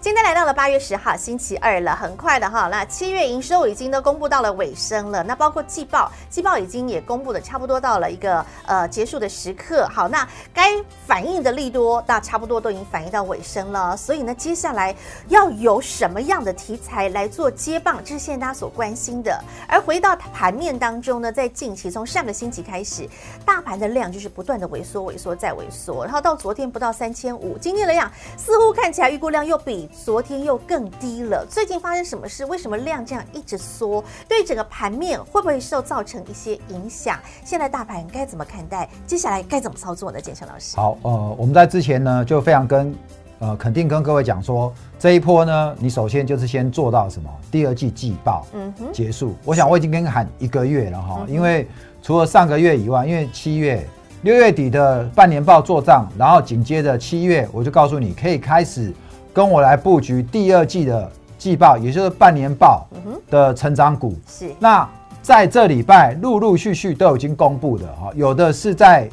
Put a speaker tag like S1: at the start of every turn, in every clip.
S1: 今天来到了八月十号星期二了，很快的哈。那七月营收已经都公布到了尾声了，那包括季报，季报已经也公布的差不多到了一个呃结束的时刻。好，那该反应的利多，那差不多都已经反映到尾声了。所以呢，接下来要有什么样的题材来做接棒，这是现在大家所关心的。而回到盘面当中呢，在近期从上个星期开始，大盘的量就是不断的萎缩、萎缩再萎缩，然后到昨天不到三千五，今天的量似乎看起来预估量又比昨天又更低了。最近发生什么事？为什么量这样一直缩？对整个盘面会不会受造成一些影响？现在大盘该怎么看待？接下来该怎么操作呢？建成老师，
S2: 好，呃，我们在之前呢就非常跟呃肯定跟各位讲说，这一波呢，你首先就是先做到什么？第二季季报
S1: 嗯哼，
S2: 结束，我想我已经跟你喊一个月了哈
S1: 嗯，哼
S2: 因为除了上个月以外，因为七月。六月底的半年报做账，然后紧接着七月，我就告诉你可以开始跟我来布局第二季的季报，也就是半年报
S1: 嗯哼
S2: 的成长股。
S1: 是，
S2: 那在这礼拜陆陆续续都已经公布的哈，有的是在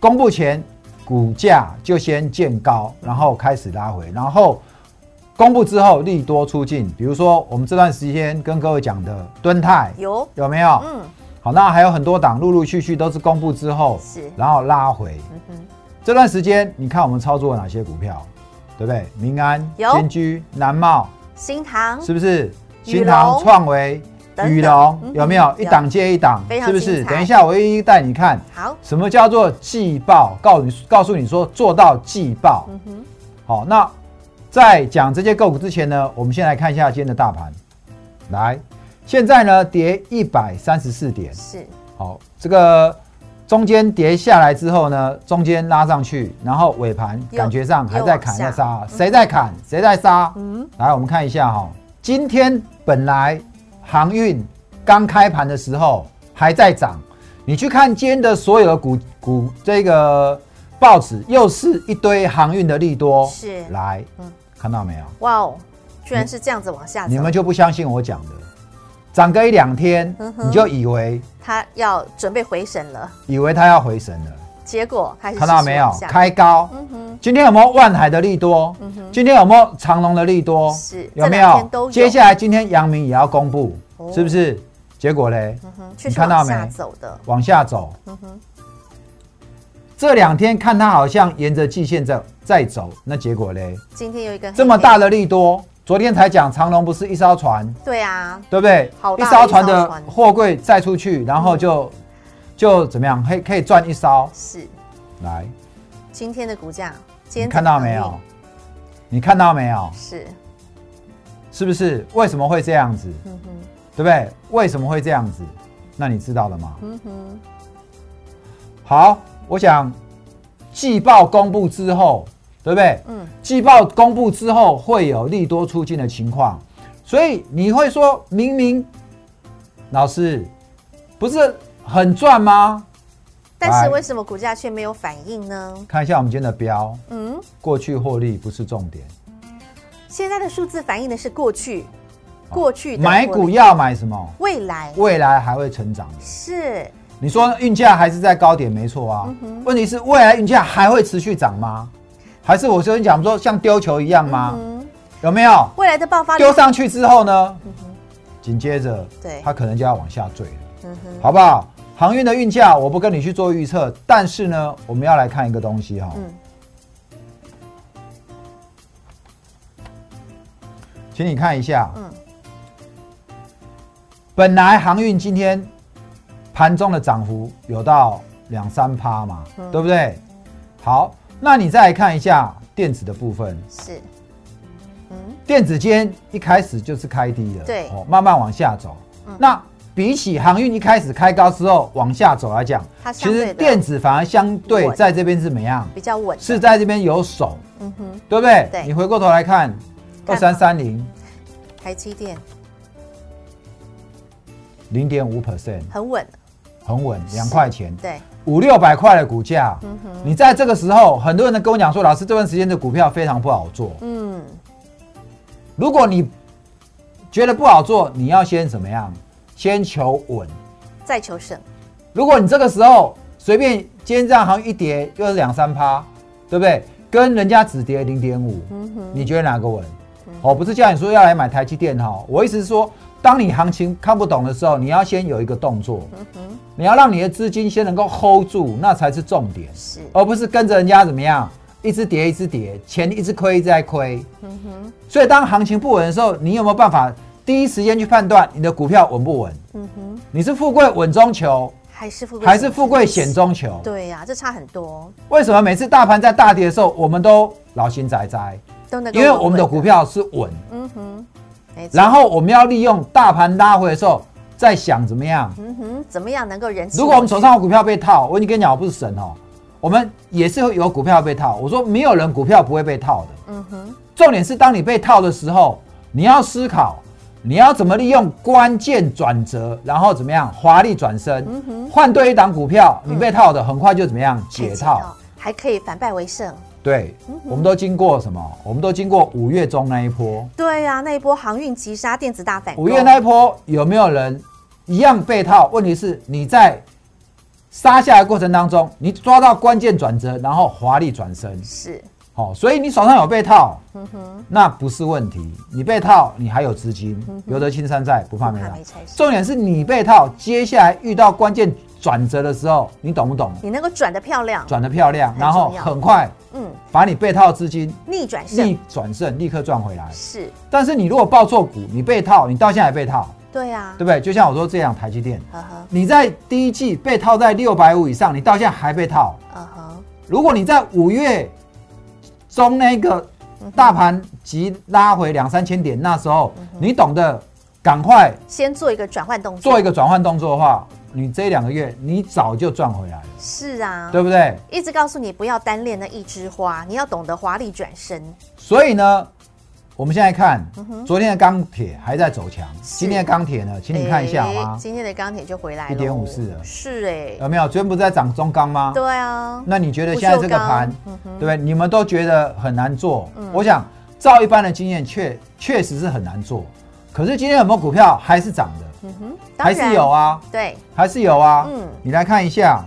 S2: 公布前股价就先见高，然后开始拉回，然后公布之后利多出尽，比如说我们这段时间跟各位讲的敦泰
S1: 有，
S2: 有没有？
S1: 嗯，
S2: 好，那还有很多档陆陆续续都是公布之后，
S1: 是
S2: 然后拉回。
S1: 嗯哼，
S2: 这段时间你看我们操作了哪些股票，对不对？民安、
S1: 有
S2: 天居、南茂，
S1: 新塘
S2: 是不是？
S1: 羽
S2: 新塘、
S1: 嗯龙
S2: 创维、
S1: 等等
S2: 羽龙
S1: 嗯
S2: 有没有
S1: 有
S2: 一档接一档
S1: 非？常
S2: 是不
S1: 精
S2: 是？
S1: 彩
S2: 等一下，我一一带你看
S1: 好，
S2: 什么叫做季报，告诉你告诉你说做到季报。
S1: 嗯哼，
S2: 好，那在讲这些个股之前呢，我们先来看一下今天的大盘。来，现在呢跌一百三十四点，
S1: 是，
S2: 好，这个中间跌下来之后呢，中间拉上去，然后尾盘
S1: 又
S2: 感觉上还
S1: 又
S2: 在
S1: 往
S2: 砍
S1: 下
S2: 在杀，谁在砍谁在杀？
S1: 嗯，
S2: 来，我们看一下哈、今天本来航运刚开盘的时候还在涨，你去看今天的所有的股股这个报纸，又是一堆航运的利多。
S1: 是
S2: 来，
S1: 嗯
S2: 看到没有？
S1: 哇哦，居然是这样子往下走，
S2: 你们就不相信我讲的，涨个一两天
S1: 嗯，哼
S2: 你就以为
S1: 他要准备回神了，
S2: 以为它要回神了，
S1: 结果还是
S2: 看到没有
S1: 持续往？下
S2: 开高。
S1: 嗯哼，
S2: 今天有没有万海的利多？
S1: 嗯哼
S2: 今天有没有长隆的利多？
S1: 是
S2: 有没
S1: 这两天
S2: 有？
S1: 都有
S2: 接下来今天阳明也要公布，
S1: 哦
S2: 是不是？结果嘞，
S1: 嗯哼，确
S2: 你
S1: 实
S2: 看到
S1: 往下
S2: 没
S1: 走的，
S2: 往下走。
S1: 嗯哼，
S2: 这两天看它好像沿着季线在在走，那结果嘞，
S1: 今天有一个
S2: 这么大
S1: 的，
S2: 的利多，昨天才讲长隆不是一艘船，
S1: 对啊，
S2: 对不对
S1: 好？大
S2: 一
S1: 的
S2: 艘船
S1: 一艘
S2: 的
S1: 船
S2: 货柜载出去，然后就就怎么样，可以可以赚一艘
S1: 是
S2: 来，
S1: 今天的股价，今
S2: 你
S1: 天
S2: 看到
S1: 整
S2: 没
S1: 个
S2: 有
S1: 行？
S2: 你看到没有
S1: 业？？是，
S2: 是不是？为什么会这样子？
S1: 嗯哼，
S2: 对不对？为什么会这样子？那你知道了吗？
S1: 嗯哼，
S2: 好，我想季报公布之后，对不对？
S1: 嗯，
S2: 季报公布之后会有利多出尽的情况，所以你会说明明老师不是很赚吗？
S1: 但是
S2: 来
S1: 为什么股价却没有反应呢？
S2: 看一下我们今天的标，
S1: 嗯，
S2: 过去获利不是重点，
S1: 现在的数字反映的是过去，过去的
S2: 哦买
S1: 获
S2: 股
S1: 利
S2: 要买什么？
S1: 未来
S2: 未来还会成长的。
S1: 是，
S2: 你说运价还是在高点，没错
S1: 嗯
S2: 啊。问题是未来运价还会持续涨吗？还是我昨天讲说像丢球一样吗？
S1: 嗯，
S2: 有没有？
S1: 未来的爆发力
S2: 丢，上去之后呢？紧接着，
S1: 嗯对
S2: 它可能就要往下坠了，
S1: 嗯哼，
S2: 好不好？航运的运价我不跟你去做预测，但是呢，我们要来看一个东西哈、
S1: 嗯，
S2: 请你看一下，
S1: 嗯
S2: 本来航运今天盘中的涨幅有到两三趴嘛，
S1: 嗯
S2: 对不对？好，那你再来看一下电子的部分，
S1: 是，嗯，
S2: 电子间一开始就是开低的，
S1: 对
S2: 慢慢往下走。
S1: 嗯
S2: 那比起航运一开始开高之后往下走来讲，
S1: 它
S2: 其
S1: 相对
S2: 实
S1: 的
S2: 电子反而相对
S1: 稳
S2: 在这边是怎么样？
S1: 比较稳，
S2: 是，在这边有手，
S1: 嗯哼，
S2: 对不对？
S1: 对
S2: 你回过头来看，
S1: 看
S2: 二三三零
S1: 台积电，
S2: 零点五 percent，
S1: 很稳，
S2: 很稳，两块钱，
S1: 对，嗯
S2: 五六百块的股价，你在这个时候，很多人跟我讲说，老师这段时间的股票非常不好做。
S1: 嗯，
S2: 如果你觉得不好做，你要先怎么样？先求稳。
S1: 再求胜，
S2: 如果你这个时候随便今天这样好像一跌又是两三趴，对不对？跟人家只跌零点五，你觉得哪个稳？哦，不是叫你说要来买台积电哈、哦，我意思是说，当你行情看不懂的时候，你要先有一个动作，你要让你的资金先能够 hold 住，那才是重点，
S1: 是
S2: 而不是跟着人家怎么样，一直跌一直跌，钱一直亏一直在亏。所以当行情不稳的时候，你有没有办法第一时间去判断你的股票稳不稳？你是富贵稳中求，
S1: 还是富贵，
S2: 还是富贵险，中求。
S1: 对呀、这差很多，
S2: 为什么每次大盘在大跌的时候，我们都老心宅宅？
S1: 都能够
S2: 因为我们的股票是稳，
S1: 稳稳的，嗯哼，没错，
S2: 然后我们要利用大盘拉回的时候，再想怎么样。
S1: 嗯哼，怎么样能够人气？
S2: 如果我们手上有股票被套，我已经跟你讲，我不是神哦，我们也是会有股票被套。我说没有人股票不会被套的。
S1: 嗯哼，
S2: 重点是，当你被套的时候，你要思考，你要怎么利用关键转折，然后怎么样华丽转身，换对一档股票，你被套的很快就怎么样解
S1: 嗯
S2: 套。
S1: 可以，哦还可以反败为胜。
S2: 对，
S1: 嗯
S2: 我们都经过什么？我们都经过五月中那一波，
S1: 对呀、那一波航运急杀电子大反攻，
S2: 五月那一波有没有人一样被套？问题是你在杀下来的过程当中，你抓到关键转折，然后华丽转身，
S1: 是
S2: 好、所以你手上有被套，
S1: 嗯
S2: 那不是问题。你被套，你还有资金，有的青山在，不怕没
S1: 嗯不怕
S2: 来
S1: 没柴烧。
S2: 重点是你被套，接下来遇到关键转折的时候，你懂不懂？
S1: 你能够转得漂亮，
S2: 转得漂亮，
S1: 嗯很
S2: 然后
S1: 重要
S2: 很快
S1: 嗯，
S2: 把你被套的资金
S1: 逆转胜
S2: 逆转胜，立刻赚回来。
S1: 是，
S2: 但是你如果报错股，你被套，你到现在也被套，
S1: 对呀、
S2: 对不对？就像我说这样，台积电，
S1: 啊，呵呵，
S2: 你在第一季被套在六百五以上，你到现在还被套。
S1: 嗯哼，
S2: 如果你在五月中那个大盘急拉回两三千点，那时候
S1: 嗯
S2: 你懂得赶快
S1: 先做一个转换动作，
S2: 做一个转换动作的话，你这两个月你早就赚回来了，
S1: 是啊，
S2: 对不对？
S1: 一直告诉你不要单恋那一枝花，你要懂得华丽转身，
S2: 所以呢，我们现在看昨天的钢铁还在走强，
S1: 嗯是
S2: 今天的钢铁呢，请你看一下好
S1: 哎
S2: 吗？
S1: 今天的钢铁就回来了，
S2: 1.54了
S1: 是哎、
S2: 有没有？昨天不是在涨中钢吗？
S1: 对啊，
S2: 那你觉得现在这个盘
S1: 不锈钢嗯，
S2: 对不对？你们都觉得很难做。我想，照一般的经验，确确实是很难做。可是今天有没有股票还是涨的？
S1: 嗯当
S2: 还
S1: 然
S2: 是有，啊，
S1: 对，
S2: 还是有啊。
S1: 嗯
S2: 你来看一下，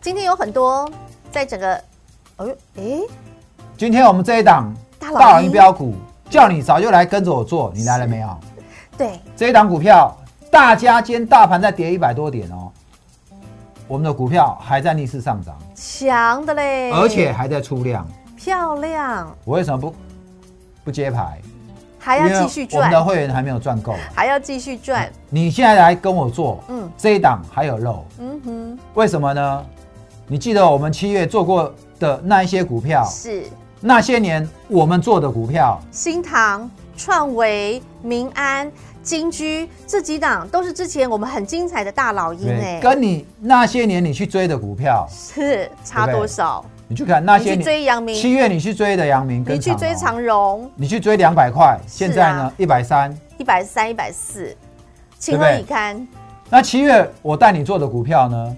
S1: 今天有很多在整个，哎呦，哎，
S2: 今天我们这一档
S1: 大佬一
S2: 一标股，叫你早就来跟着我做，你来了没有？
S1: 对，
S2: 这一档股票，大家今天大盘在跌一百多点哦，我们的股票还在逆势上涨，
S1: 强的嘞，
S2: 而且还在出量。
S1: 漂亮，
S2: 我为什么不不接牌？
S1: 还
S2: 因为
S1: 要继续
S2: 我
S1: 赚，
S2: 们的会员还没有赚够。
S1: 还要继续赚，
S2: 你现在来跟我做，
S1: 嗯
S2: 嗯，这一档还有肉，
S1: 嗯哼，
S2: 为什么呢？你记得我们七月做过的那一些股票，
S1: 是
S2: 那些年我们做的股票，
S1: 新唐、创维、民安、金居这几档都是之前我们很精彩的大老鹰哎、
S2: 跟你那些年你去追的股票，
S1: 是差多少？
S2: 你去看那
S1: 你
S2: 些
S1: 去追
S2: 年
S1: 阳明，
S2: 七月你去追的阳明跟
S1: 你去追
S2: 长
S1: 长
S2: 荣，
S1: 荣，
S2: 你去追两百块，
S1: 是啊
S2: 现在呢一百三。
S1: 一百三、一百四，情
S2: 对不
S1: 何
S2: 对
S1: 以堪？
S2: 那七月我带你做的股票呢，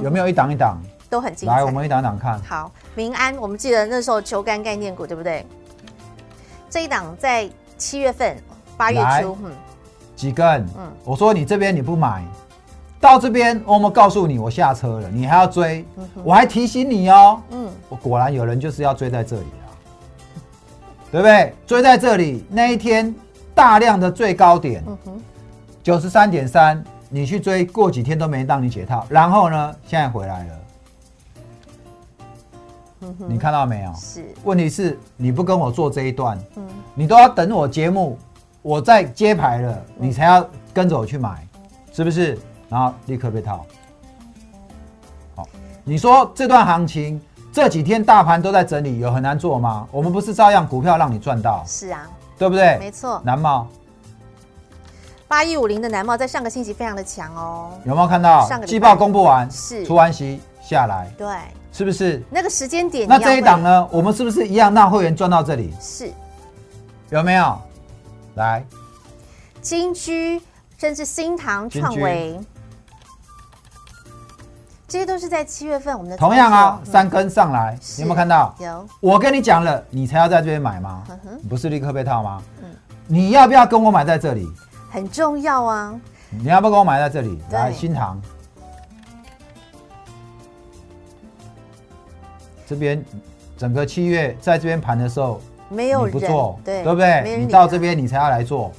S2: 有没有一档一档？
S1: 都很嗯精彩。
S2: 来，我们一档一档看。
S1: 好，民安，我们记得那时候球杆概念股对不对？这一档在七月份、八月
S2: 来
S1: 初，嗯，
S2: 几根？
S1: 嗯
S2: 我说你这边你不买，到这边哦我们告诉你我下车了，你还要追，我还提醒你哦。
S1: 嗯
S2: 我果然有人就是要追在这里 啊，对不对？追在这里那一天大量的最高点
S1: 嗯哼，
S2: 九十三点三，你去追，过几天都没让你解套，然后呢，现在回来了，
S1: 嗯
S2: 你看到没有？
S1: 是，
S2: 问题是你不跟我做这一段，
S1: 嗯
S2: 你都要等我节目我再揭牌了，
S1: 嗯
S2: 你才要跟着我去买，是不是？然后立刻被套。好，你说这段行情这几天大盘都在整理，有很难做吗？我们不是照样股票让你赚到，
S1: 是啊，
S2: 对不对？
S1: 没错
S2: 南茂
S1: 八一五零的南茂在上个星期非常的强哦，
S2: 有没有看到
S1: 上个礼拜
S2: 季报公布完，
S1: 是
S2: 出完息下来，
S1: 对，
S2: 是不是？
S1: 那个时间点，
S2: 那这一档？呢，我们是不是一样让会员赚到这里？
S1: 是
S2: 有没有？来，
S1: 金居。甚至新塘、
S2: 金
S1: 创
S2: 居
S1: 维，这些都是在七月份我们的
S2: 同样啊，
S1: 操作
S2: 三根上来，
S1: 是
S2: 你有没有看到？
S1: 有，
S2: 我跟你讲了，你才要在这边买吗？
S1: 嗯哼，
S2: 你不是立刻被套吗？
S1: 嗯
S2: 你要不要跟我买在这里？
S1: 很重要啊，
S2: 你要不要跟我买在这里？
S1: 对
S2: 来，新塘这边，整个七月在这边盘的时候，
S1: 没有人
S2: 你不做，
S1: 对
S2: 不
S1: 没
S2: 对？
S1: 人
S2: 你
S1: 理
S2: 到
S1: 他
S2: 这边你才要来做，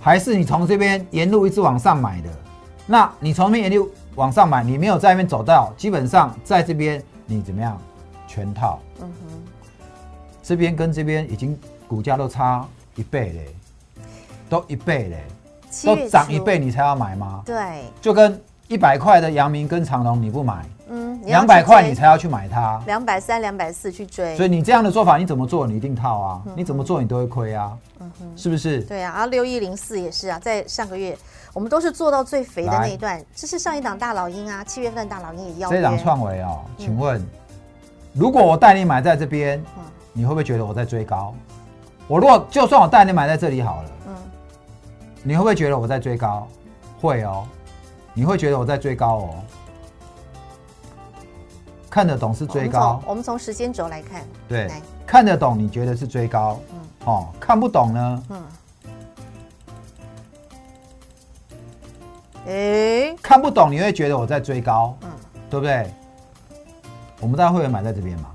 S2: 还是你从这边沿路一直往上买的？那你从那边沿路往上买，你没有在那边走到，基本上在这边你怎么样？全套，
S1: 嗯哼，
S2: 这边跟这边已经股价都差一倍嘞，都一倍嘞，
S1: 七
S2: 都
S1: 月
S2: 涨
S1: 初
S2: 一倍，你才要买吗？
S1: 对，
S2: 就跟一百块的阳明跟长隆你不买，
S1: 嗯，
S2: 两百块你才要去买它，
S1: 两百三、两百四去追，
S2: 所以你这样的做法你怎么做你一定套啊，
S1: 嗯
S2: 你怎么做你都会亏啊，是不是？
S1: 对啊，然后六一零四也是啊，在上个月我们都是做到最肥的那一段，这是上一档大老鹰啊，七月份大老鹰也邀
S2: 这
S1: 约，
S2: 档创维哦，请问，如果我带你买在这边，
S1: 嗯
S2: 你会不会觉得我在追高？我如果就算我带你买在这里好了，
S1: 嗯
S2: 你会不会觉得我在追高？会哦，你会觉得我在追高哦。看得懂是追
S1: 我们
S2: 高
S1: 从，我们从时间轴来看，
S2: 对
S1: 来，
S2: 看得懂你觉得是追高，哦，看不懂呢，
S1: 嗯，诶，
S2: 看不懂你会觉得我在追高，
S1: 嗯
S2: 对不对？我们大家会员买在这边嘛，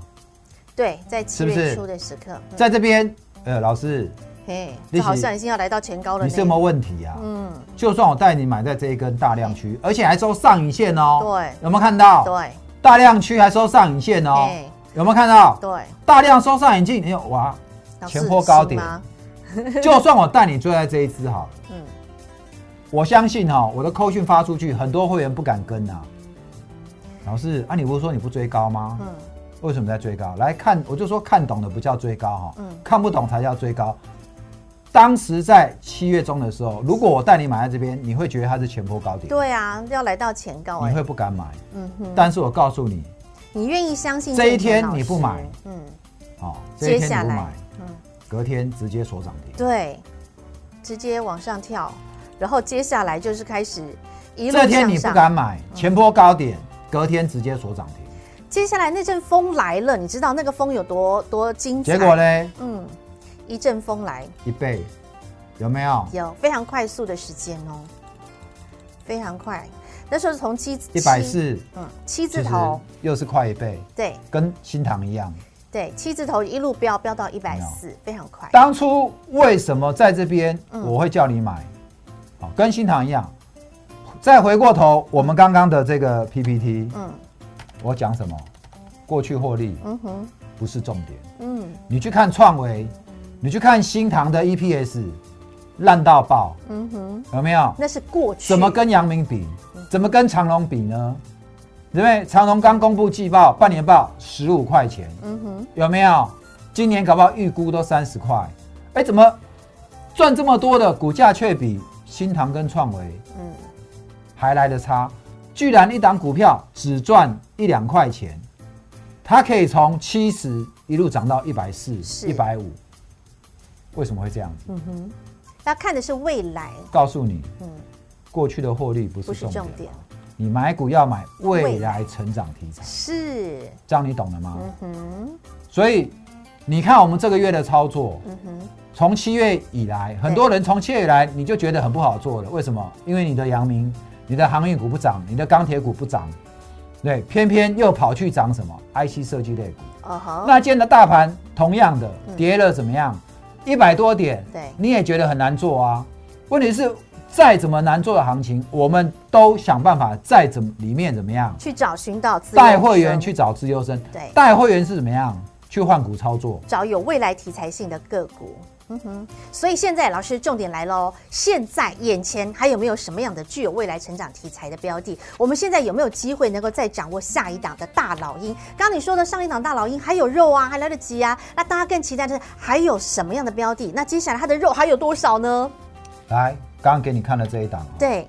S1: 对，在七
S2: 是不
S1: 月
S2: 是
S1: 初的时刻，嗯
S2: 在这边，呃，老师，
S1: 嘿，这
S2: 利息
S1: 好像已经要来到前高了
S2: 你
S1: 呢，
S2: 是有没有问题啊？
S1: 嗯，
S2: 就算我带你买在这一根大量区，而且还收上影线哦，
S1: 对
S2: 有没有看到？
S1: 对，
S2: 大量区还收上影线哦，
S1: 嘿，
S2: 有没有看到？
S1: 对，
S2: 大量收上影线，你有 哇，
S1: 老师
S2: 前坡高
S1: 是
S2: 点，
S1: 吗
S2: 就算我带你追在这一只好了，
S1: 嗯，
S2: 我相信哈、哦，我的扣讯发出去，很多会员不敢跟啊。老师啊，你不是说你不追高吗？
S1: 嗯，
S2: 为什么在追高？来看，我就说看懂的不叫追高哈、
S1: 嗯
S2: 看不懂才叫追高。当时在七月中的时候，如果我带你买在这边，你会觉得它是前波高点，
S1: 对啊，要来到前高
S2: 你
S1: 哎
S2: 会，不敢买。
S1: 嗯哼，
S2: 但是我告诉你，
S1: 你愿意相信
S2: 这
S1: 郑
S2: 一天
S1: 老
S2: 你不
S1: 师
S2: 买，
S1: 嗯
S2: 哦，这
S1: 接
S2: 一天
S1: 下
S2: 你不
S1: 来
S2: 买，，
S1: 嗯，
S2: 隔天直接锁涨停。
S1: 对，直接往上跳，然后接下来就是开始一路
S2: 这天你
S1: 向上。嗯
S2: 不敢买，前波高点，隔天直接锁涨停。
S1: 接下来那阵风来了，你知道那个风有多多精彩？
S2: 结果？嘞，
S1: 嗯，一阵风来，
S2: 一倍，有没有？
S1: 有非常快速的时间哦，非常快。那时候是从七
S2: 一百，四，
S1: 七嗯，七字
S2: 其实
S1: 头，
S2: 又是快一倍，
S1: 对
S2: 跟新塘一样。
S1: 对，七字头一路飙飙到一百
S2: 没
S1: 四，非常快。
S2: 当初为什么在这边
S1: 嗯
S2: 我会叫你买？哦，跟新塘一样。再回过头，我们刚刚的这个 PPT，
S1: 嗯
S2: 我讲什么？过去获利
S1: 嗯哼
S2: 不是重点，
S1: 嗯
S2: 你去看创维，你去看新塘的 EPS，烂到爆，
S1: 嗯哼，
S2: 有没有？
S1: 那是过去
S2: 怎么跟阳明比？怎么跟长隆比呢？因为长隆刚公布季报，半年报十五块钱，
S1: 嗯哼
S2: 有没有？今年搞不好预估都三十块，哎，怎么赚这么多的股价却比新塘跟创维
S1: 嗯
S2: 还来得差？居然一档股票只赚一两块钱，它可以从七十一路涨到一百四、
S1: 是
S2: 一百五，为什么会这样子？
S1: 嗯哼，那看的是未来，
S2: 告诉你，
S1: 嗯
S2: 过去的获利不
S1: 不
S2: 是
S1: 是
S2: 重点，
S1: 重点
S2: 你买股要买
S1: 未
S2: 未
S1: 来
S2: 来成长题材，
S1: 是
S2: 这样你懂了吗？
S1: 嗯哼，
S2: 所以你看我们这个月的操作，
S1: 嗯哼，
S2: 从七月以来，很多人从七月以来你就觉得很不好做了，为什么？因为你的阳明、你的航运股不涨，你的钢铁股不涨，对，偏偏又跑去涨什么 IC 设计类股。
S1: 哦吼，
S2: 那今天的大盘同样的跌了怎么样？一百多点，
S1: 对
S2: 你也觉得很难做啊。问题是，再怎么难做的行情，我们都想办法再怎么里面怎么样
S1: 去找寻到自由
S2: 带会员
S1: 生
S2: 去找自优生，
S1: 对
S2: 带会员是怎么样去换股操作？
S1: 找有未来题材性的个股。嗯哼，所以现在老师重点来喽，现在眼前还有没有什么样的具有未来成长题材的标的？我们现在有没有机会能够再掌握下一档的大老鹰？刚刚你说的上一档大老鹰还有肉啊，还来得及啊。那大家更期待的是还有什么样的标的？那接下来它的肉还有多少呢？
S2: 来，刚刚给你看了这一档、哦，
S1: 对，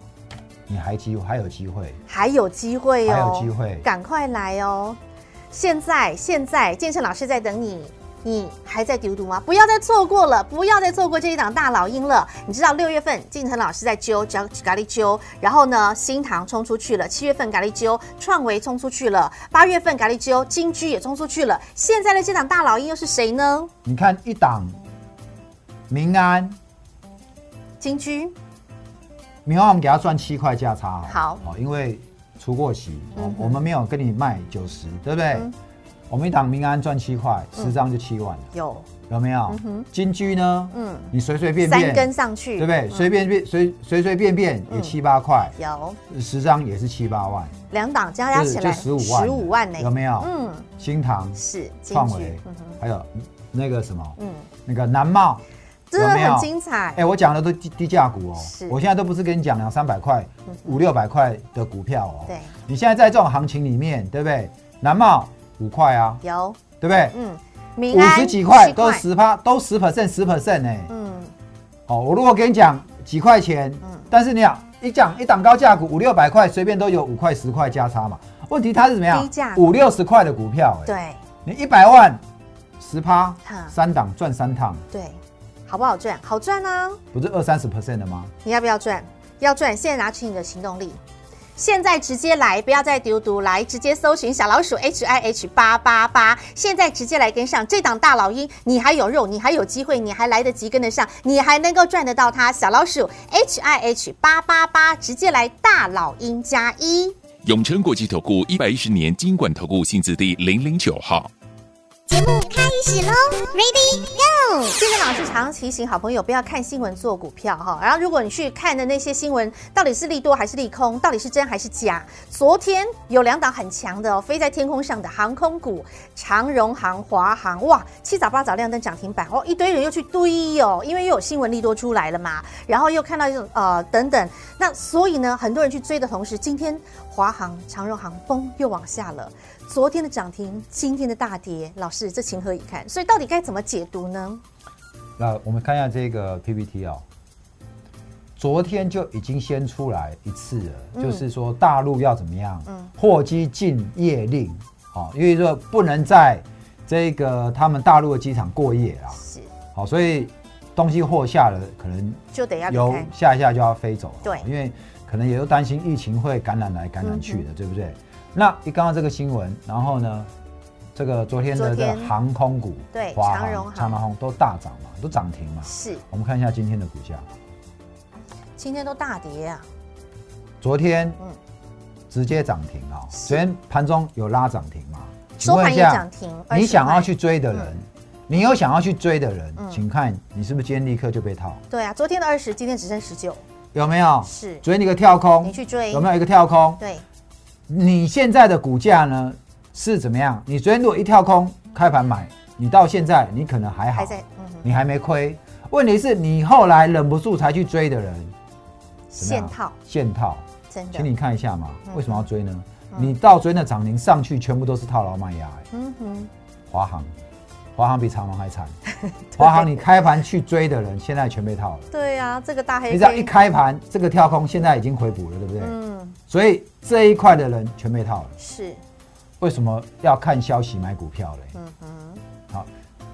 S2: 你还机还有机会，
S1: 还有机会哦，
S2: 还有机会
S1: 赶快来哦！现在现在，建成老师在等你，你还在丢读吗？不要再错过了，不要再错过这一档大老鹰了。你知道六月份敬腾老师在揪咖咖喱揪，然后呢新塘冲出去了，七月份咖喱揪创维冲出去了，八月份咖喱揪金居也冲出去了。现在的这档大老鹰又是谁呢？
S2: 你看一档民安，
S1: 金居，
S2: 民安我们给它算七块价差、哦，
S1: 好
S2: 哦，因为除过息，
S1: 嗯
S2: 哦
S1: 哼
S2: 我们没有跟你卖九十，对不对？
S1: 嗯
S2: 我们一档民安赚七块，十张就七万了，
S1: 有，
S2: 有没有？
S1: 嗯哼
S2: 金居呢？
S1: 嗯，
S2: 你随随便便
S1: 三根嗯上去，
S2: 对不对？随便便随随随便便也七八块，
S1: 有
S2: 十张也是七八万，
S1: 两档加加
S2: 就
S1: 起来
S2: 就15万
S1: 15万呢，
S2: 有没有
S1: 嗯，
S2: 新塘、
S1: 是金
S2: 创
S1: 居
S2: 维
S1: 嗯哼，
S2: 还有那个什么，
S1: 嗯，
S2: 那个南茂，
S1: 真的
S2: 有没有
S1: 很精彩
S2: 哎、。我讲的都低低价股哦
S1: 是，嗯
S2: 我现在都不是跟你讲两三百块、五六百块的股票哦。
S1: 对，
S2: 你现在在这种行情里面，对不对？南茂五块啊，
S1: 有，
S2: 对不对？
S1: 嗯，民
S2: 五
S1: 安
S2: 十几块
S1: 7
S2: 都十趴，都十 percent 十 percent 哎。
S1: 嗯，
S2: 哦，我如果跟你讲几块钱，
S1: 嗯
S2: 但是你讲一讲一档高价股五六百块，随便都有五块十块价差嘛。问题它是怎么样
S1: 低价？股
S2: 五六十块的股票、哎，，
S1: 对嗯
S2: 你一百万十趴
S1: 哈，
S2: 三档赚三趟，
S1: 对，好不好赚？好赚啊！
S2: 不是二三十 percent 的吗？
S1: 你要不要赚？要赚，现在拿起你的行动力。现在直接来，不要再丢读来，直接搜寻小老鼠 H I H 八八八，现在直接来跟上这档大老鹰，你还有肉，你还有机会，你还来得及跟得上，你还能够赚得到它。小老鼠 H I H 八八八，直接来大老鹰加一。
S3: 永诚国际投顾一百一十年金管投顾性质第零零九号。
S4: 节目开始喽，Ready Go！
S1: 金晨老师常提醒好朋友不要看新闻做股票哈，然后如果你去看的那些新闻到底是利多还是利空，到底是真还是假？昨天有两档很强的哦，飞在天空上的航空股，长荣航、华航，哇，七早八早亮灯涨停板哦，一堆人又去堆哦，因为又有新闻利多出来了嘛，然后又看到一种呃等等，那所以呢，很多人去追的同时，今天华航、长荣航崩又往下了。昨天的涨停，今天的大跌，老师这情何以堪？所以到底该怎么解读呢？
S2: 那我们看一下这个 PPT 哦，昨天就已经先出来一次了，
S1: 嗯
S2: 就是说大陆要怎么样，
S1: 嗯
S2: 货机禁业令，哦，因为说不能在这个他们大陆的机场过夜啦，
S1: 是，
S2: 好、所以东西货下了，可能
S1: 就得要离
S2: 有
S1: 开。
S2: 下一下就要飞走了，
S1: 对
S2: 因为可能也都担心疫情会感染来感染去
S1: 嗯
S2: 的，对不对？那一刚刚这个新闻，然后呢，这个昨天的
S1: 昨
S2: 这
S1: 天
S2: 个航空股，
S1: 对
S2: 华
S1: 长荣航
S2: 航、长荣航都大涨嘛，都涨停嘛，
S1: 是，
S2: 我们看一下今天的股价，
S1: 今天都大跌啊，
S2: 昨天
S1: 嗯
S2: 直接涨停啊、
S1: 是
S2: 昨天盘中有拉涨停吗？
S1: 收盘也涨停
S2: 请问一下你
S1: 20
S2: 想要
S1: 块
S2: 去追的人，你有想要去追的人，
S1: 嗯
S2: 请看你是不是今天立刻就被套，
S1: 对啊，昨天的二十，今天只剩十九，
S2: 有没有？
S1: 是，
S2: 昨天一个跳空，
S1: 你去追
S2: 有没有一个跳空？
S1: 对，
S2: 你现在的股价呢是怎么样？你昨天如果一跳空开盘买，你到现在你可能还好，
S1: 还在，嗯哼，
S2: 你还没亏。问题是你后来忍不住才去追的人，怎么
S1: 现
S2: 样
S1: 套，
S2: 现套，
S1: 真
S2: 请
S1: 的，
S2: 你看一下嘛，
S1: 嗯
S2: 为什么要追呢？你到昨天的涨停上去，全部都是套牢卖压、欸。
S1: 嗯哼，
S2: 华航，华航比长荣 还惨。华航你开盘去追的人，现在全被套了。
S1: 对啊，这个大黑
S2: 你只要
S1: K，
S2: 一开盘，这个跳空现在已经回补了，对不对？
S1: 嗯，
S2: 所以这一块的人全被套了。
S1: 是，
S2: 为什么要看消息买股票嘞？
S1: 嗯哼，
S2: 好，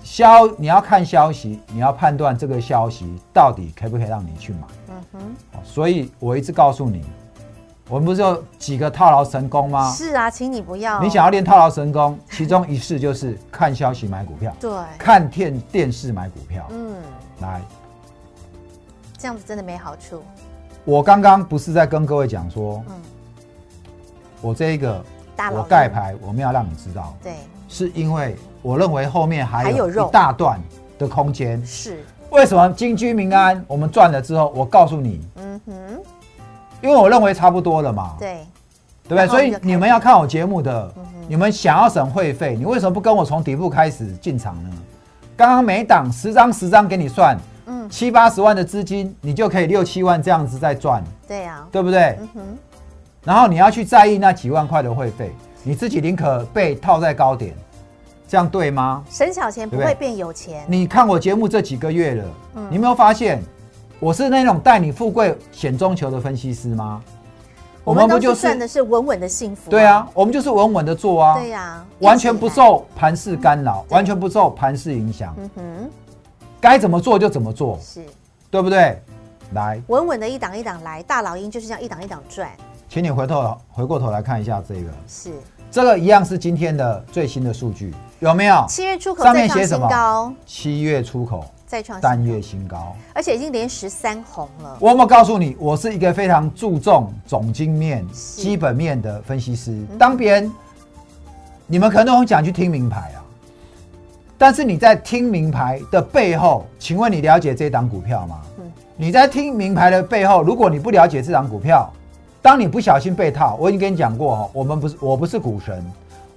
S2: 消你要看消息，你要判断这个消息到底可不可以让你去买。
S1: 嗯哼，
S2: 好所以我一直告诉你，我们不是有几个套牢神功吗？
S1: 是啊，请你不要，
S2: 你想要练套牢神功，其中一式就是看消息买股 票，
S1: 对，
S2: 看电电视买股票。
S1: 嗯，
S2: 来，
S1: 这样子真的没好处，
S2: 我刚刚不是在跟各位讲说，
S1: 嗯
S2: 我这一个
S1: 大佬
S2: 我盖牌，我们要让你知道，
S1: 对，
S2: 是因为我认为后面还
S1: 还有
S2: 有
S1: 肉
S2: 一大段的空间。
S1: 是，
S2: 为什么金居民安我们赚了之后，我告诉你，
S1: 嗯哼，
S2: 因为我认为差不多了嘛，
S1: 对，
S2: 对不对？
S1: 然后
S2: 所
S1: 你就
S2: 以
S1: 开始嗯
S2: 你们要看我节目的，你们想要省会费，你为什么不跟我从底部开始进场呢？刚刚每档十张十张给你算，
S1: 嗯，
S2: 七八十万的资金，你就可以六七万这样子在赚，
S1: 对啊，
S2: 对不对？
S1: 嗯哼，
S2: 然后你要去在意那几万块的会费，你自己宁可被套在高点，这样对吗？
S1: 省小钱不
S2: 对不
S1: 会
S2: 对
S1: 变有钱，
S2: 你看我节目这几个月了，
S1: 嗯
S2: 你有没有发现我是那种带你富贵险中求的分析师吗？
S1: 我
S2: 们
S1: 们
S2: 不
S1: 都
S2: 就是是
S1: 赚的是稳稳的幸福。
S2: 对，啊，我们就是稳稳的做啊，
S1: 对呀，
S2: 完全不
S1: 一起来。
S2: 受盘势干扰，完全不受盘势影响，
S1: 嗯哼，
S2: 该怎么做就怎么做，
S1: 是
S2: 对不对？来，
S1: 稳稳的一档一档来，大老鹰就是这样一档一档赚。
S2: 请你回头回过头来看一下这个，
S1: 是
S2: 这个一样是今天的最新的数据，有没有？
S1: 七啊月出口
S2: 上
S1: 再
S2: 面
S1: 创
S2: 写什
S1: 新
S2: 么
S1: 高，？
S2: 七月出口
S1: 再创
S2: 单
S1: 新高，
S2: 月新高。
S1: 而且已经连十三红了。
S2: 我有没有告诉你，我是一个非常注重总经面、
S1: 是
S2: 基本面的分析师。当别人，你们可能都很想去听名牌啊，但是你在听名牌的背后，请问你了解这档股票吗？
S1: 嗯
S2: 你在听名牌的背后，如果你不了解这档股票，当你不小心被套，我已经跟你讲过哦，我们不是我不是股神，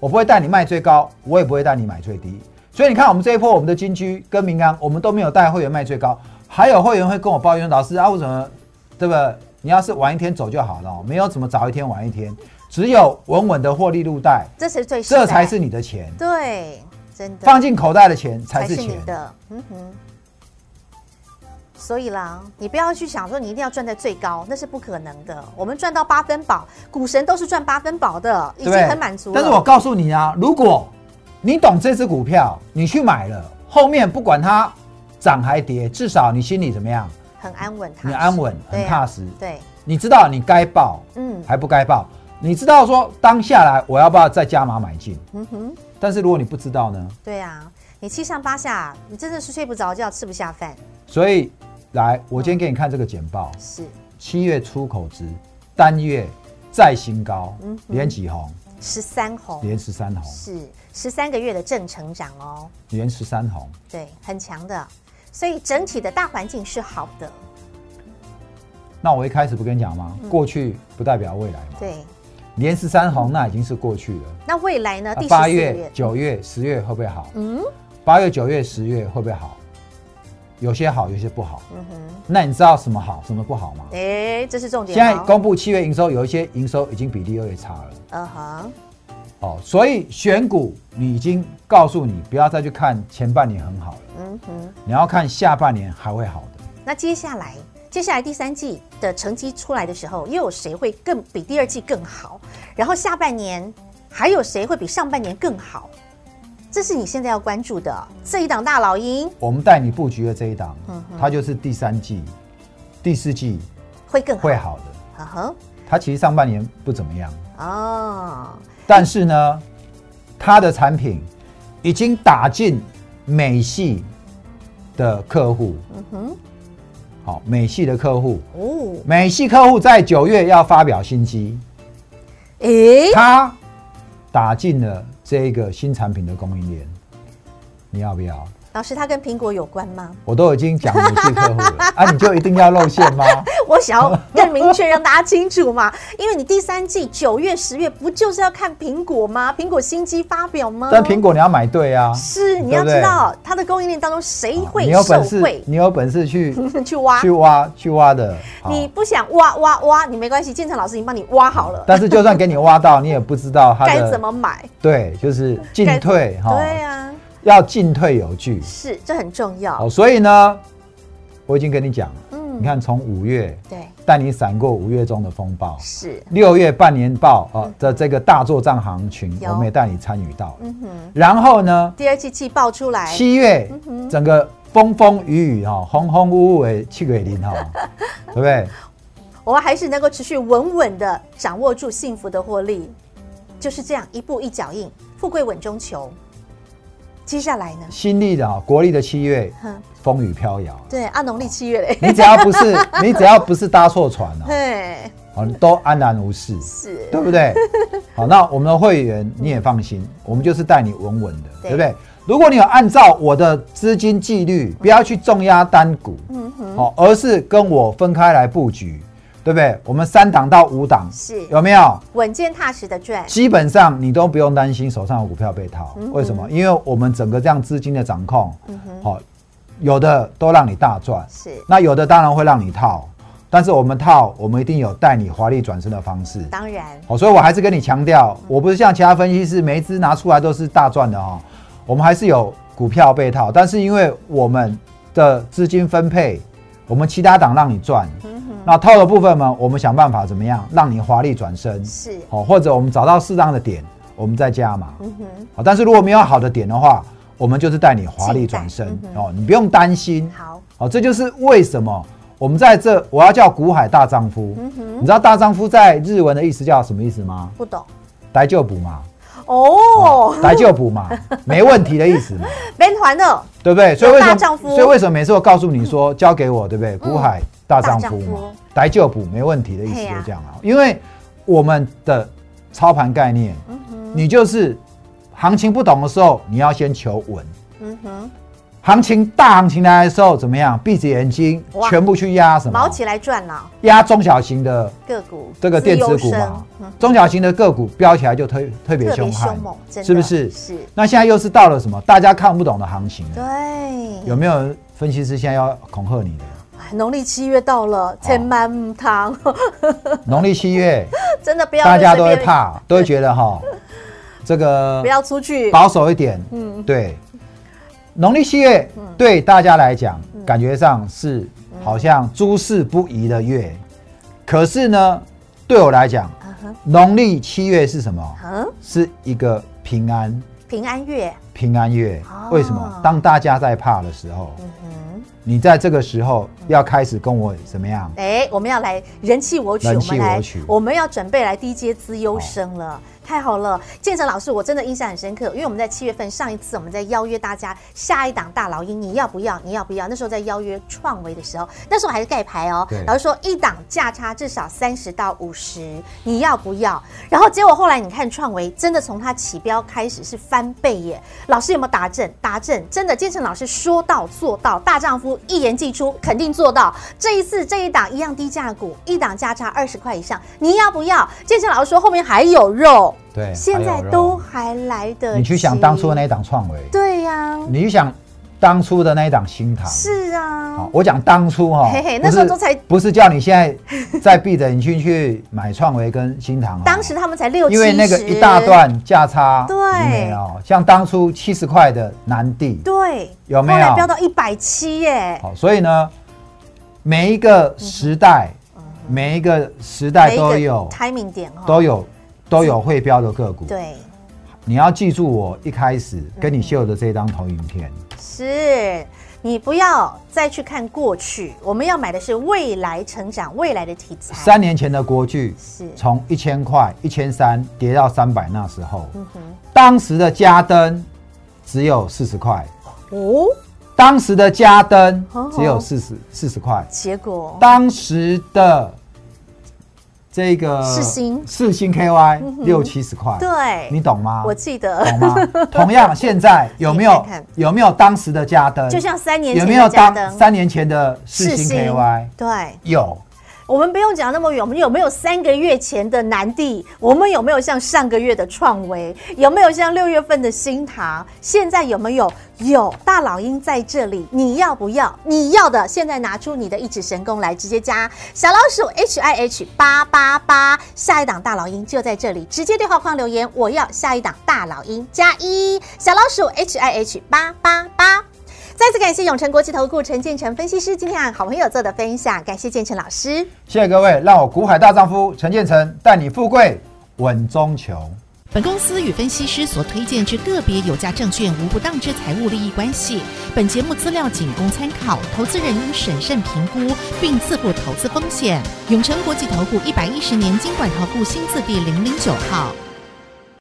S2: 我不会带你卖最高，我也不会带你买最低。所以你看，我们这一波我们的金居跟民安，我们都没有带会员卖最高，还有会员会跟我抱怨老师啊，为什么对吧？你要是晚一天走就好了哦，没有怎么早一天晚一天，只有稳稳的获利入袋，
S1: 这才是最实
S2: 这
S1: 在
S2: 才是你的钱，
S1: 对，真的
S2: 放进口袋的钱才
S1: 才
S2: 是
S1: 是
S2: 钱
S1: 你。的，嗯哼。所以啦，你不要去想说你一定要赚在最高，那是不可能的。我们赚到八分饱，股神都是赚八分饱的，已
S2: 对不
S1: 经
S2: 对？
S1: 很满足了。
S2: 但是我告诉你啊，如果你懂这只股票，你去买了，后面不管它涨还跌，至少你心里怎么样？
S1: 很安稳，踏实
S2: 你安稳，
S1: 对
S2: 很
S1: 啊
S2: 踏实。
S1: 对，
S2: 你知道你该报
S1: 嗯
S2: 还不该报，你知道说当下来我要不要再加码买进？
S1: 嗯哼，
S2: 但是如果你不知道呢？
S1: 对啊，你七上八下，你真的是睡不着觉，吃不下饭，
S2: 所以来，我今天给你看这个简报，
S1: 是
S2: 七月出口值单月再新高，
S1: 嗯
S2: 连几红，
S1: 十三红，
S2: 连十三红，
S1: 是十三个月的正成长哦，
S2: 连十三红。
S1: 对，很强的。所以整体的大环境是好的，
S2: 那我一开始不跟你讲吗？过去不代表未来嘛。
S1: 嗯对。
S2: 连十三红那已经是过去了。
S1: 那未来啊呢？第十
S2: 啊八
S1: 四
S2: 月
S1: 月、，
S2: 九月、十月会不会好？
S1: 嗯
S2: 八月、九月、十月会不会好？有些好，有些不好。
S1: 嗯哼，
S2: 那你知道什么好，什么不好吗？
S1: 哎，这是重
S2: 现
S1: 点
S2: 在
S1: 哦。
S2: 公布七月营收，有一些营收已经比六月差了
S1: 嗯哼，
S2: 哦，所以选股你已经告诉你不要再去看前半年很好了，
S1: 嗯哼。
S2: 你要看下半年还会好的。
S1: 那接下来，接下来第三季的成绩出来的时候，又有谁会更比第二季更好？然后下半年还有谁会比上半年更好？这是你现在要关注的哦这一档大老鹰
S2: 我们带你布局的这一档
S1: 嗯，
S2: 它就是第三季、第四季
S1: 会更好
S2: 会。好的。
S1: 嗯哼，
S2: 它其实上半年不怎么样，
S1: 哦，
S2: 但是呢，它的产品已经打进美系的客户。嗯哼，好，美系的客户，
S1: 哦，
S2: 美系客户在九月要发表新机，
S1: 诶，
S2: 它打进了这个新产品的供应链。你要不要？
S1: 老师，它跟苹果有关吗？
S2: 我都已经讲美系客户了啊，你就一定要露馅 吗？
S1: 我想要更明确让大家清楚嘛， 因为你第三季九月、十月不就是要看苹果吗？苹果新机发表吗？
S2: 但苹果你要买对啊，
S1: 是你要
S2: 对不对
S1: 知道它的供应链当中谁
S2: 啊
S1: 会
S2: 你有
S1: 受
S2: 本事
S1: 惠，，
S2: 你有本事 去
S1: 去挖
S2: 去。挖去挖的。好
S1: 你不想挖挖挖，你没关系，建成老师已经帮你挖好了，
S2: 但是就算给你挖到，你也不知道它的
S1: 该怎么买？
S2: 对，就是进
S1: 该
S2: 退哈，
S1: 对啊，
S2: 要进退有据。
S1: 是这很重要
S2: 好，。所以呢，我已经跟你讲了，
S1: 嗯
S2: 你看从五月
S1: 对，
S2: 带你闪过五月中的风暴，
S1: 是，
S2: 六月半年报啊的这个大作战行情，
S1: 嗯有
S2: 我们也带你参与到了。
S1: 嗯哼，
S2: 然后呢，
S1: 第二季季爆出来，嗯
S2: 七月整个风风雨雨哈，轰轰呜呜的七月 零哈，对不对？
S1: 我们还是能够持续稳稳的掌握住幸福的获利，就是这样一步一脚印，富贵稳中求。接下来呢？
S2: 新历的哈，国历的七月
S1: 哼，
S2: 风雨飘摇。
S1: 对，按农历七月 嘞，
S2: 你只要不是你只要不是搭错船
S1: 嗯
S2: 啊，
S1: 嘿，
S2: 好，都安然无事，
S1: 是，
S2: 对 不对？好，那我们的会员你也放心，我们就是带你稳稳的，
S1: 对
S2: 对不对？如果你有按照我的资金纪律，不要去重压单股，
S1: 嗯哼，
S2: 好、而是跟我分开来布局，对不对？我们三档到五档，
S1: 是
S2: 有没有？
S1: 稳健踏实的赚，
S2: 基本上你都不用担心手上有股票被套，
S1: 嗯哼
S2: 为什么？因为我们整个这样资金的掌控，
S1: 嗯哼，
S2: 好、有的都让你大赚，
S1: 是，
S2: 那有的当然会让你套，但是我们套，我们一定有带你华丽转身的方式。
S1: 当然，
S2: 好、哦所以我还是跟你强调，我不是像其他分析师每一只拿出来都是大赚的哦，我们还是有股票被套，但是因为我们的资金分配，我们其他档让你赚，
S1: 嗯哼，
S2: 那套的部分呢，我们想办法怎么样让你华丽转身，
S1: 是
S2: 好、或者我们找到适当的点，我们再加码。
S1: 嗯哼，
S2: 好，但是如果没有好的点的话，我们就是带你华丽转身
S1: 进、档
S2: 哦，你不用担心。
S1: 好，
S2: 哦，这就是为什么我们在这我要叫股海大丈夫。
S1: 嗯哼
S2: 你知道大丈夫在日文的意思叫什么意思吗？
S1: 不懂
S2: 来就补嘛，
S1: 哦，
S2: 来就 补嘛，没问题的意思嘛，
S1: 编团的
S2: 对不对？所以为什
S1: 大
S2: 么？
S1: 丈夫嗯
S2: 所以为什么每次我告诉你说交给我，对不对？股海大丈夫
S1: 大丈
S2: 嘛
S1: 夫，
S2: 来就补没问题的意思
S1: 嗯嘿
S2: 就
S1: 呀
S2: 这样啊，因为我们的操盘概念，
S1: 嗯
S2: 你就是行情不懂的时候，你要先求稳。
S1: 嗯哼，
S2: 行情大行情来的时候怎么样？闭着眼睛
S1: 哇
S2: 全部去压什
S1: 毛
S2: 么？
S1: 起来赚了
S2: 压中小型的
S1: 个股，
S2: 这个电子
S1: 资
S2: 股
S1: 优生
S2: 嘛
S1: 嗯，
S2: 中小型的个股飙起来就特特别
S1: 特
S2: 凶
S1: 别
S2: 悍
S1: 凶，猛，真的
S2: 是不是？
S1: 是，
S2: 那现在又是到了什么大家看不懂的行情了？有
S1: 对，
S2: 没有分析师现在要恐吓你的？
S1: 农历七月到了，
S2: 哦
S1: 千万唔堂，
S2: 农历七月，
S1: 真的不要
S2: 大家都会
S1: 随便，
S2: 怕，都会觉得哈，这个
S1: 不要出去，
S2: 保守一点，嗯，对。农历七月
S1: 嗯
S2: 对大家来讲，感觉上是好像诸事不宜的月，可是呢，对我来讲，
S1: 啊
S2: 农历七月是什么？
S1: 嗯，
S2: 是一个平安
S1: 平安月，
S2: 平安月
S1: 哦。
S2: 为什么？当大家在怕的时候，
S1: 嗯哼，
S2: 你在这个时候要开始跟我怎么样？
S1: 哎，我们要来人气我取，
S2: 人
S1: 我
S2: 气
S1: 们来
S2: 我取，哦
S1: 我们要准备来低阶资优生了。太好了，建成老师，我真的印象很深刻，因为我们在七月份上一次我们在邀约大家下一档大老鹰，你要不要？你要不要？那时候在邀约创维的时候，那时候还是盖牌哦
S2: 对，
S1: 老师说一档价差至少三十到五十，你要不要？然后结果后来你看创维真的从它起标开始是翻倍耶，老师有没有达阵？达阵，真的建成老师说到做到，大丈夫一言既出，肯定做到。这一次这一档一样低价股，一档价差二十块以上，你要不要？建成老师说后面还有肉，
S2: 对，
S1: 现
S2: 还
S1: 在
S2: 有肉
S1: 都还来得及。
S2: 你去想当初那一档创维，
S1: 对呀、
S2: 你去想当初的那一档新塘，
S1: 是啊
S2: 好，，我讲当初哈，
S1: 嘿嘿
S2: 不
S1: 那
S2: 是
S1: 时候都才
S2: 不是叫你现在再闭着眼睛去买创维跟新塘哦，
S1: 当时他们才六七
S2: 因
S1: 十，
S2: 为那个一大段价差，
S1: 对
S2: 你没有，像当初七十块的南地，
S1: 对，
S2: 有没有
S1: 后来飙到一百七耶，
S2: 好，所以呢，每一个时代，每一个时代都
S1: 嗯每一个
S2: 有
S1: timing 点哈、
S2: 都有都有会标的个股，
S1: 对，嗯
S2: 你要记住我一开始跟你秀的这张投影片，
S1: 是你不要再去看过去，我们要买的是未来成长、未来的题材。
S2: 三年前的国剧
S1: 是
S2: 从一千块、一千三跌到三百，那时候，
S1: 嗯哼，
S2: 当时的加登只有四十块，
S1: 哦，
S2: 当时的加登
S1: 哦
S2: 只有四十四十块，
S1: 结果
S2: 当时的这个
S1: 世星嗯
S2: 四星 KY 六七十块，
S1: 对，
S2: 你懂吗？
S1: 我记得，
S2: 懂吗？ 同样，现在有没有
S1: 你看看
S2: 有没有当时的加登？
S1: 就像三年
S2: 有
S1: 前
S2: 没有
S1: 的嘉
S2: 当
S1: 登、
S2: 三年前的四
S1: 世
S2: 星
S1: 新
S2: KY？
S1: 对，
S2: 有，
S1: 我们不用讲那么远，我们有没有三个月前的南地？我们有没有像上个月的创维？有没有像六月份的新塘？现在有没有？有大老鹰在这里，你要不要？你要的，现在拿出你的一指神功来，直接加小老鼠 H I H 八八八，下一档大老鹰就在这里，直接对话框留言，我要下一档大老鹰加一，小老鼠 H I H 八八八。再次感谢永诚国际投顾陈建成分析师今天和好朋友做的分享，感谢建成老师。
S2: 谢谢各位，让我股海大丈夫陈建成带你富贵稳中求。
S5: 本公司与分析师所推荐之个别有价证券无不当之财务利益关系。本节目资料仅供参考，投资人应审慎评估并自负投资风险。永诚国际投顾一百一十年经管投顾新字第零零九号。